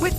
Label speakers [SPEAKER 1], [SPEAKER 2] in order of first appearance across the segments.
[SPEAKER 1] With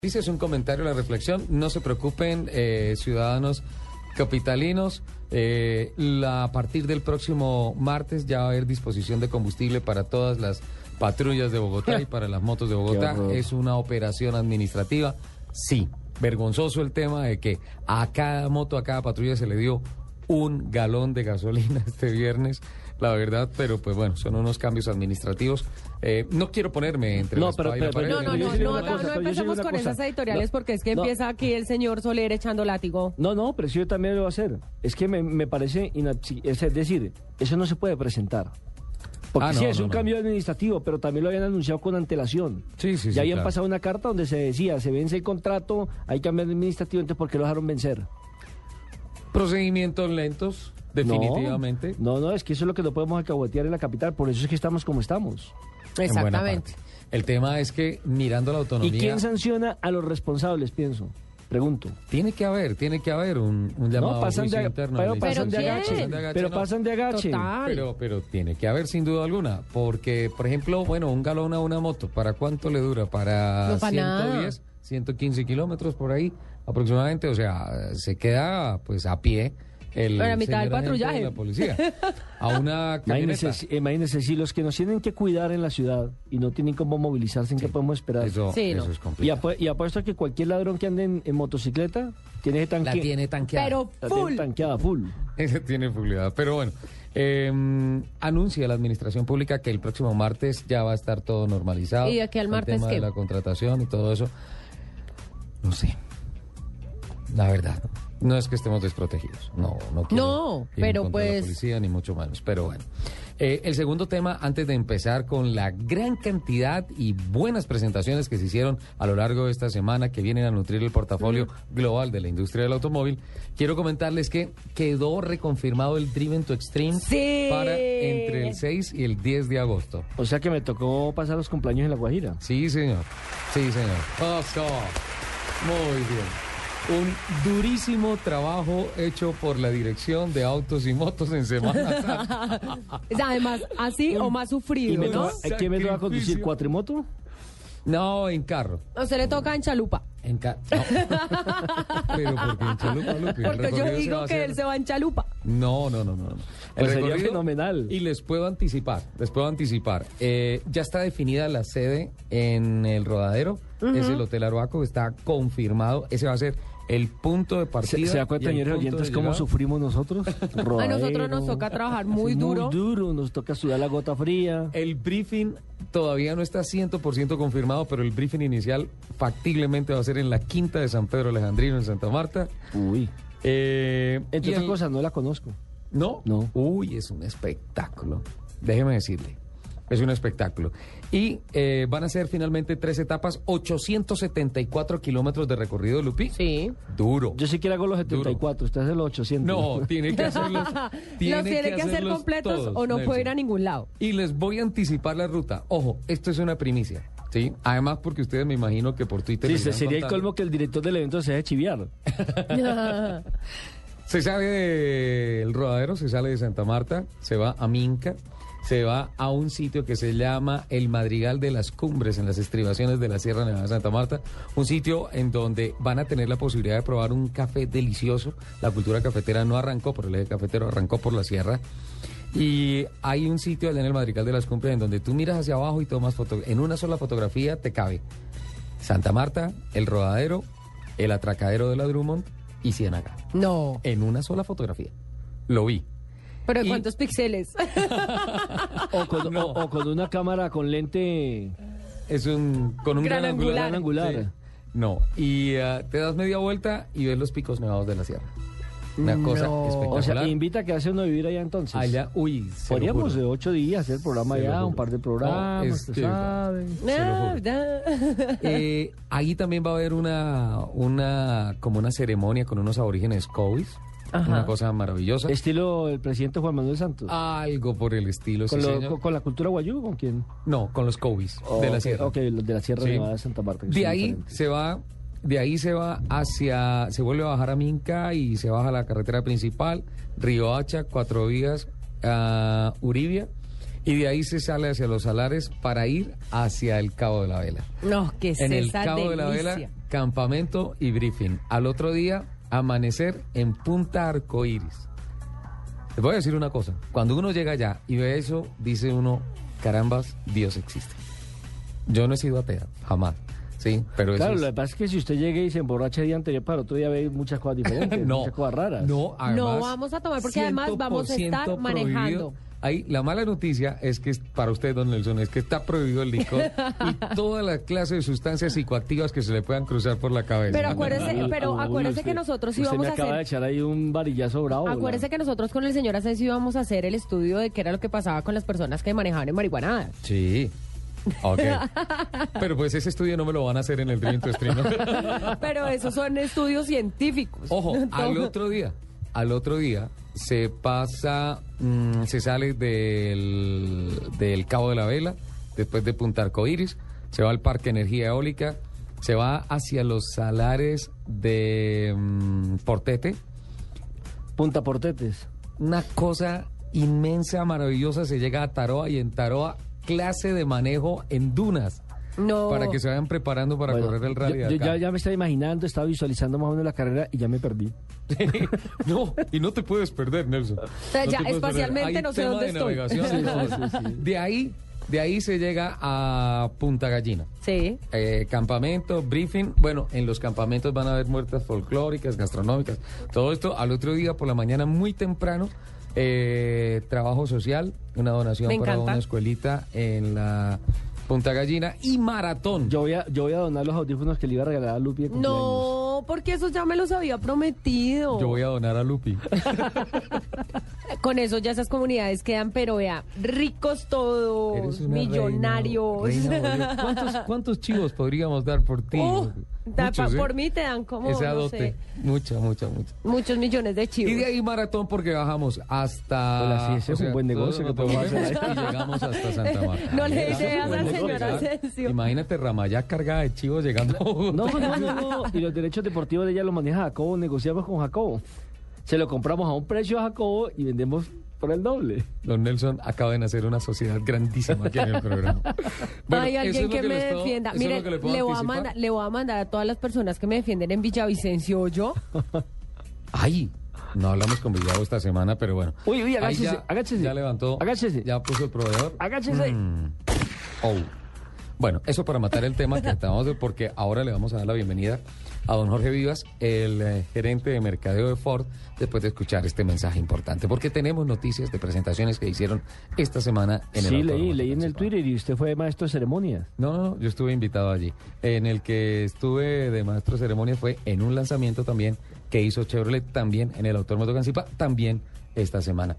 [SPEAKER 2] Dice es un comentario la reflexión. No se preocupen, eh, ciudadanos capitalinos. Eh, la- a partir del próximo martes ya va a haber disposición de combustible para todas las patrullas de Bogotá y para las motos de Bogotá. Es una operación administrativa. Sí, vergonzoso el tema de que a cada moto, a cada patrulla se le dio un galón de gasolina este viernes. La verdad, pero pues bueno, son unos cambios administrativos. Eh, no quiero ponerme entre la
[SPEAKER 3] No, pero,
[SPEAKER 2] espada y la
[SPEAKER 3] pero-
[SPEAKER 2] pared.
[SPEAKER 3] pero-
[SPEAKER 4] No, no,
[SPEAKER 3] Yo sí
[SPEAKER 4] no,
[SPEAKER 3] le digo
[SPEAKER 4] no,
[SPEAKER 3] una
[SPEAKER 4] no,
[SPEAKER 3] cosa,
[SPEAKER 4] no
[SPEAKER 3] yo sí le digo
[SPEAKER 4] empecemos
[SPEAKER 3] una
[SPEAKER 4] con
[SPEAKER 3] cosa.
[SPEAKER 4] esas editoriales
[SPEAKER 3] No,
[SPEAKER 4] porque es que
[SPEAKER 3] no.
[SPEAKER 4] empieza aquí el señor Soler echando látigo.
[SPEAKER 3] No, no, pero sí, yo también lo voy a hacer. Es que me, me parece, inapsi- es decir, eso no se puede presentar. Porque
[SPEAKER 2] Ah,
[SPEAKER 3] sí,
[SPEAKER 2] no,
[SPEAKER 3] es
[SPEAKER 2] no,
[SPEAKER 3] un
[SPEAKER 2] no.
[SPEAKER 3] cambio administrativo, pero también lo habían anunciado con antelación.
[SPEAKER 2] Sí, sí,
[SPEAKER 3] Ya
[SPEAKER 2] sí,
[SPEAKER 3] habían
[SPEAKER 2] claro.
[SPEAKER 3] pasado una carta donde se decía, se vence el contrato, hay cambio administrativo, entonces ¿por qué lo dejaron vencer?
[SPEAKER 2] Procedimientos lentos,
[SPEAKER 3] No,
[SPEAKER 2] definitivamente.
[SPEAKER 3] No, no, es que eso es lo que no podemos acabotear en la capital, por eso es que estamos como estamos.
[SPEAKER 2] en buena
[SPEAKER 4] Exactamente.
[SPEAKER 2] parte. El tema es que mirando la
[SPEAKER 3] ¿Y
[SPEAKER 2] autonomía...
[SPEAKER 3] quién sanciona a los responsables, pienso? Pregunto.
[SPEAKER 2] Tiene que haber, tiene que haber un, un llamado
[SPEAKER 3] no,
[SPEAKER 2] a
[SPEAKER 3] pasan de,
[SPEAKER 2] juicio
[SPEAKER 3] aga-
[SPEAKER 2] interno.
[SPEAKER 3] pero
[SPEAKER 2] de
[SPEAKER 3] pasan de
[SPEAKER 2] licencia,
[SPEAKER 4] ¿Pero
[SPEAKER 3] agache,
[SPEAKER 4] quién?
[SPEAKER 3] pero
[SPEAKER 2] no.
[SPEAKER 3] pasan de agache.
[SPEAKER 4] Total.
[SPEAKER 2] Pero, pero tiene que haber sin duda alguna, porque por ejemplo, bueno, un galón a una moto, ¿para cuánto le dura? Para
[SPEAKER 4] No, pa' nada.
[SPEAKER 2] 110, 115 kilómetros por ahí aproximadamente, o sea, se queda pues a pie el
[SPEAKER 4] Pero a mitad del
[SPEAKER 2] señor agente
[SPEAKER 4] patrullaje.
[SPEAKER 2] de la policía a una camioneta.
[SPEAKER 3] Imagínense, si- imagínense si los que nos tienen que cuidar en la ciudad y no tienen cómo movilizarse, ¿en qué podemos esperar?
[SPEAKER 2] Eso,
[SPEAKER 4] Sí,
[SPEAKER 2] eso
[SPEAKER 4] no.
[SPEAKER 2] es
[SPEAKER 3] Y,
[SPEAKER 2] complicado.
[SPEAKER 3] apu- y apuesto a que cualquier ladrón que ande en, en motocicleta tiene que
[SPEAKER 2] La
[SPEAKER 3] tanque-
[SPEAKER 2] tiene tanqueada.
[SPEAKER 4] Pero
[SPEAKER 3] la tiene
[SPEAKER 4] full.
[SPEAKER 3] tanqueada full.
[SPEAKER 2] Ese tiene publicidad. Pero bueno, eh, anuncia la Administración Pública que el próximo martes ya va a estar todo normalizado.
[SPEAKER 4] ¿Y de aquí al
[SPEAKER 2] El
[SPEAKER 4] martes
[SPEAKER 2] tema de
[SPEAKER 4] qué?
[SPEAKER 2] la contratación y todo eso. No sé. La verdad. No es que estemos desprotegidos. No, no quiero
[SPEAKER 4] No,
[SPEAKER 2] ir en
[SPEAKER 4] pero
[SPEAKER 2] contra de la
[SPEAKER 4] pues-
[SPEAKER 2] policía ni mucho menos. Pero bueno. Eh, el segundo tema, antes de empezar con la gran cantidad y buenas presentaciones que se hicieron a lo largo de esta semana que vienen a nutrir el portafolio
[SPEAKER 4] Mm.
[SPEAKER 2] global de la industria del automóvil, quiero comentarles que quedó reconfirmado el Driven to Extreme
[SPEAKER 4] Sí.
[SPEAKER 2] para entre el 6 y el 10 de agosto.
[SPEAKER 3] O sea que me tocó pasar los cumpleaños en La Guajira.
[SPEAKER 2] Sí, señor. Sí, señor. Eso. Muy bien. Un durísimo trabajo hecho por la dirección de autos y motos en Semana Santa.
[SPEAKER 4] O sea, además, así o más
[SPEAKER 3] ¿Y
[SPEAKER 4] sufrido,
[SPEAKER 3] me
[SPEAKER 4] ¿no?
[SPEAKER 3] to- ¿a ¿Quién me toca conducir?
[SPEAKER 2] Sacrificio.
[SPEAKER 3] ¿Cuatrimoto?
[SPEAKER 2] No, en carro.
[SPEAKER 4] O se le toca en chalupa.
[SPEAKER 2] En ca- no. Pero porque en Chalupa, Lupi, el
[SPEAKER 4] Porque yo
[SPEAKER 2] recorrido se va
[SPEAKER 4] digo
[SPEAKER 2] a
[SPEAKER 4] que
[SPEAKER 2] hacer-
[SPEAKER 4] él se va en chalupa.
[SPEAKER 2] No, no, no, no. no.
[SPEAKER 3] Pues sería fenomenal.
[SPEAKER 2] Y les puedo anticipar, les puedo anticipar. Eh, ya está definida la sede en el rodadero. Es el Hotel Arhuaco, está confirmado. Ese va a ser el punto de partida.
[SPEAKER 3] ¿Se, se da
[SPEAKER 2] y
[SPEAKER 3] cuenta,
[SPEAKER 2] el
[SPEAKER 3] señores
[SPEAKER 2] punto de
[SPEAKER 3] oyentes, cómo
[SPEAKER 2] llegada.
[SPEAKER 3] sufrimos nosotros?
[SPEAKER 4] A nosotros
[SPEAKER 3] Rodadero.
[SPEAKER 4] nos toca trabajar muy duro.
[SPEAKER 3] Muy duro, nos toca sudar la gota fría.
[SPEAKER 2] El briefing todavía no está 100% confirmado, pero el briefing inicial factiblemente va a ser en la quinta de San Pedro Alejandrino, en Santa Marta.
[SPEAKER 3] Uy.
[SPEAKER 2] Eh, y
[SPEAKER 3] Entre otras
[SPEAKER 2] el-
[SPEAKER 3] cosas, no la conozco.
[SPEAKER 2] ¿No?
[SPEAKER 3] No.
[SPEAKER 2] Uy, es un espectáculo. Déjeme decirle. Es un espectáculo. Y eh, van a ser finalmente tres etapas, 874 kilómetros de recorrido, Lupi.
[SPEAKER 4] Sí.
[SPEAKER 2] Duro.
[SPEAKER 3] Yo siquiera hago los
[SPEAKER 2] Duro.
[SPEAKER 3] 74, usted hace los 800.
[SPEAKER 2] No, tiene que hacerlos.
[SPEAKER 4] Los tiene que hacer
[SPEAKER 2] hacerlos
[SPEAKER 4] completos
[SPEAKER 2] todos,
[SPEAKER 4] o no puede
[SPEAKER 2] Nelson.
[SPEAKER 4] ir a ningún lado.
[SPEAKER 2] Y les voy a anticipar la ruta. Ojo, esto es una primicia. ¿sí? Además, porque ustedes me imagino que por Twitter.
[SPEAKER 3] Sí,
[SPEAKER 2] me
[SPEAKER 3] se-
[SPEAKER 2] irán
[SPEAKER 3] sería el
[SPEAKER 2] contando.
[SPEAKER 3] colmo que el director del evento se deje chiviar.
[SPEAKER 2] Se sale del rodadero, se sale de Santa Marta, se va a Minca, se va a un sitio que se llama el Madrigal de las Cumbres en las estribaciones de la Sierra Nevada de Santa Marta, un sitio en donde van a tener la posibilidad de probar un café delicioso. La cultura cafetera no arrancó por el eje cafetero, arrancó por la sierra. Y hay un sitio allá en el Madrigal de las Cumbres en donde tú miras hacia abajo y tomas fotos. En una sola fotografía te cabe Santa Marta, el rodadero, el atracadero de la Drummond y Ciénaga
[SPEAKER 4] No.
[SPEAKER 2] en una sola fotografía. Lo vi.
[SPEAKER 4] Pero
[SPEAKER 2] Y-
[SPEAKER 4] ¿cuántos píxeles?
[SPEAKER 3] Ah, O con,
[SPEAKER 2] No.
[SPEAKER 3] o- o con una cámara con lente
[SPEAKER 2] Es un con un gran,
[SPEAKER 4] Gran
[SPEAKER 2] angular.
[SPEAKER 3] gran angular.
[SPEAKER 2] Sí. No. Y ah, te das media vuelta y ves los picos nevados de la sierra. Una cosa espectacular.
[SPEAKER 3] O sea, invita a quedarse uno a vivir allá entonces.
[SPEAKER 2] Allá, uy, se lo
[SPEAKER 3] Podríamos de
[SPEAKER 2] juro.
[SPEAKER 3] ocho días hacer programa
[SPEAKER 2] Se lo
[SPEAKER 3] allá,
[SPEAKER 2] juro. Ah, este,
[SPEAKER 3] un par de programas,
[SPEAKER 2] No, es
[SPEAKER 3] tú
[SPEAKER 2] que-
[SPEAKER 3] sabes.
[SPEAKER 2] Se lo juro.
[SPEAKER 4] da.
[SPEAKER 2] Eh, ahí también va a haber una, una, como una ceremonia con unos aborígenes Cowboys.
[SPEAKER 4] Ajá.
[SPEAKER 2] Una cosa maravillosa.
[SPEAKER 3] Estilo el presidente Juan Manuel Santos.
[SPEAKER 2] Algo por el estilo,
[SPEAKER 3] ¿Con,
[SPEAKER 2] Ah, pues sí,
[SPEAKER 3] lo-
[SPEAKER 2] señor.
[SPEAKER 3] con- con la cultura guayú con quién?
[SPEAKER 2] No, con los Cowboys de la
[SPEAKER 3] Ok,
[SPEAKER 2] sierra.
[SPEAKER 3] Ok, los de la Sierra
[SPEAKER 2] Sí.
[SPEAKER 3] Nevada de Santa Marta. que
[SPEAKER 2] De
[SPEAKER 3] son
[SPEAKER 2] ahí
[SPEAKER 3] diferentes.
[SPEAKER 2] se va, de ahí se va hacia, se vuelve a bajar a Minca y se baja a la carretera principal, Río Hacha, Cuatro Vías, a Uribia, y de ahí se sale hacia los Salares para ir hacia el Cabo de la Vela.
[SPEAKER 4] No, que es
[SPEAKER 2] en el
[SPEAKER 4] esa
[SPEAKER 2] Cabo de la
[SPEAKER 4] delicia.
[SPEAKER 2] Vela, campamento y briefing. Al otro día, amanecer en Punta Arcoíris. Les voy a decir una cosa, cuando uno llega allá y ve eso, dice uno, carambas, Dios existe. Yo no he sido atea, jamás. Sí, pero eso
[SPEAKER 3] Claro,
[SPEAKER 2] pues es-
[SPEAKER 3] lo que pasa es que si usted llega y se emborracha el día anterior para el otro día ve muchas cosas diferentes,
[SPEAKER 2] no,
[SPEAKER 3] muchas cosas raras.
[SPEAKER 2] No, además,
[SPEAKER 4] No vamos a tomar, porque además vamos a estar
[SPEAKER 2] 100%
[SPEAKER 4] manejando.
[SPEAKER 2] Ahí, la mala noticia es que es- para usted, don Nelson, es que está prohibido el licor y todas las clases de sustancias psicoactivas que se le puedan cruzar por la cabeza.
[SPEAKER 4] Pero acuérdese,
[SPEAKER 3] Uy,
[SPEAKER 4] pero
[SPEAKER 3] uy,
[SPEAKER 4] acuérdese que
[SPEAKER 3] usted-
[SPEAKER 4] nosotros
[SPEAKER 3] usted
[SPEAKER 4] íbamos
[SPEAKER 3] me
[SPEAKER 4] a
[SPEAKER 3] acaba de
[SPEAKER 4] hacer.
[SPEAKER 3] echar ahí un varillazo bravo. ¿verdad?
[SPEAKER 4] Acuérdese que nosotros con el señor Asensio íbamos a hacer el estudio de qué era lo que pasaba con las personas que manejaban en marihuanadas.
[SPEAKER 2] Sí. Ok. Pero pues ese estudio no me lo van a hacer en el Dream to Stream. ¿no?
[SPEAKER 4] Pero esos son estudios científicos.
[SPEAKER 2] Ojo, al
[SPEAKER 4] Entonces-
[SPEAKER 2] otro día, al otro día se pasa, mm, se sale del, del Cabo de la Vela, después de Punta Arcoíris, se va al Parque Energía Eólica, se va hacia los salares de mm, Portete,
[SPEAKER 3] Punta Portetes.
[SPEAKER 2] una cosa inmensa, maravillosa, se llega a Taroa y en Taroa clase de manejo en dunas.
[SPEAKER 4] No.
[SPEAKER 2] Para que se vayan preparando para
[SPEAKER 3] Bueno,
[SPEAKER 2] correr el rally.
[SPEAKER 3] yo-
[SPEAKER 2] de
[SPEAKER 3] yo
[SPEAKER 2] acá.
[SPEAKER 3] ya, ya me estaba imaginando, estaba visualizando más o menos la carrera y ya me perdí.
[SPEAKER 2] no, y no te puedes perder, Nelson.
[SPEAKER 4] O sea,
[SPEAKER 2] No
[SPEAKER 4] ya
[SPEAKER 2] te puedes
[SPEAKER 4] espacialmente
[SPEAKER 2] perder. Hay
[SPEAKER 4] no sé
[SPEAKER 2] tema
[SPEAKER 4] dónde
[SPEAKER 2] de
[SPEAKER 4] estoy.
[SPEAKER 2] navegación y todo eso. De ahí, de ahí se llega a Punta Gallina.
[SPEAKER 4] Sí.
[SPEAKER 2] Eh, campamento, briefing. Bueno, en los campamentos van a haber muertas folclóricas, gastronómicas. Todo esto al otro día por la mañana muy temprano. eh, trabajo social, una donación
[SPEAKER 4] Me
[SPEAKER 2] para
[SPEAKER 4] encanta.
[SPEAKER 2] una escuelita en la Punta Gallina y maratón.
[SPEAKER 3] Yo voy, a, yo voy a donar los audífonos que le iba a regalar a Lupi de cumpleaños.
[SPEAKER 4] No, porque eso ya me los había prometido.
[SPEAKER 2] Yo voy a donar a Lupi.
[SPEAKER 4] Con eso ya esas comunidades quedan, pero vea, ricos todos,
[SPEAKER 2] Eres una
[SPEAKER 4] millonarios.
[SPEAKER 2] reina, reina Bolívar. ¿Cuántos, cuántos chivos podríamos dar por ti?
[SPEAKER 4] Uh, da-
[SPEAKER 2] Muchos,
[SPEAKER 4] pa-
[SPEAKER 2] ¿eh?
[SPEAKER 4] por mí te dan como,
[SPEAKER 2] Ese
[SPEAKER 4] no
[SPEAKER 2] adote.
[SPEAKER 4] sé.
[SPEAKER 2] Mucha, mucha, mucha.
[SPEAKER 4] Muchos millones de chivos.
[SPEAKER 2] Y de ahí maratón porque bajamos hasta...
[SPEAKER 3] Hola, sí, ese es un buen
[SPEAKER 2] todos
[SPEAKER 3] negocio
[SPEAKER 2] nos
[SPEAKER 3] que podemos
[SPEAKER 2] devolvemos
[SPEAKER 3] hacer ahí.
[SPEAKER 2] Y llegamos hasta Santa Marta.
[SPEAKER 4] No le
[SPEAKER 2] Ahí
[SPEAKER 4] ideas
[SPEAKER 2] llegamos,
[SPEAKER 4] al
[SPEAKER 2] podemos
[SPEAKER 4] señor
[SPEAKER 2] llegar.
[SPEAKER 4] Asensio.
[SPEAKER 2] Imagínate Ramayá cargada de chivos llegando a Bogotá.
[SPEAKER 3] No, no, no, no. Y los derechos deportivos de ella los maneja Jacobo, negociamos con Jacobo. Se lo compramos a un precio a Jacobo y vendemos por el doble.
[SPEAKER 2] Don Nelson acaba de nacer una sociedad grandísima aquí en el programa. Bueno,
[SPEAKER 4] Hay
[SPEAKER 2] eso es
[SPEAKER 4] alguien
[SPEAKER 2] lo
[SPEAKER 4] que, me
[SPEAKER 2] les puedo-
[SPEAKER 4] defienda.
[SPEAKER 2] eso es lo
[SPEAKER 4] Mire,
[SPEAKER 2] que
[SPEAKER 4] le,
[SPEAKER 2] puedo
[SPEAKER 4] voy a
[SPEAKER 2] anticipar.
[SPEAKER 4] mandar, le voy a mandar a todas las personas que me defienden en Villavicencio yo.
[SPEAKER 2] Ay, no hablamos con Villavo esta semana, pero bueno.
[SPEAKER 3] Uy, uy, agáchese,
[SPEAKER 2] Ahí ya,
[SPEAKER 3] agáchese.
[SPEAKER 2] Ya levantó.
[SPEAKER 3] Agáchese.
[SPEAKER 2] Ya puso el proveedor.
[SPEAKER 3] Agáchese.
[SPEAKER 2] Oh. Bueno, eso para matar el tema que acabamos de, porque ahora le vamos a dar la bienvenida a don Jorge Vivas, el eh, gerente de mercadeo de Ford, después de escuchar este mensaje importante, porque tenemos noticias de presentaciones que hicieron esta semana en el
[SPEAKER 3] sí, leí,
[SPEAKER 2] Autódromo
[SPEAKER 3] leí en el
[SPEAKER 2] Principal.
[SPEAKER 3] Twitter y usted fue maestro de ceremonias.
[SPEAKER 2] No, no, no, yo estuve invitado allí. En el que estuve de maestro de ceremonia fue en un lanzamiento también que hizo Chevrolet también en el Autódromo de Cancipa, también esta semana.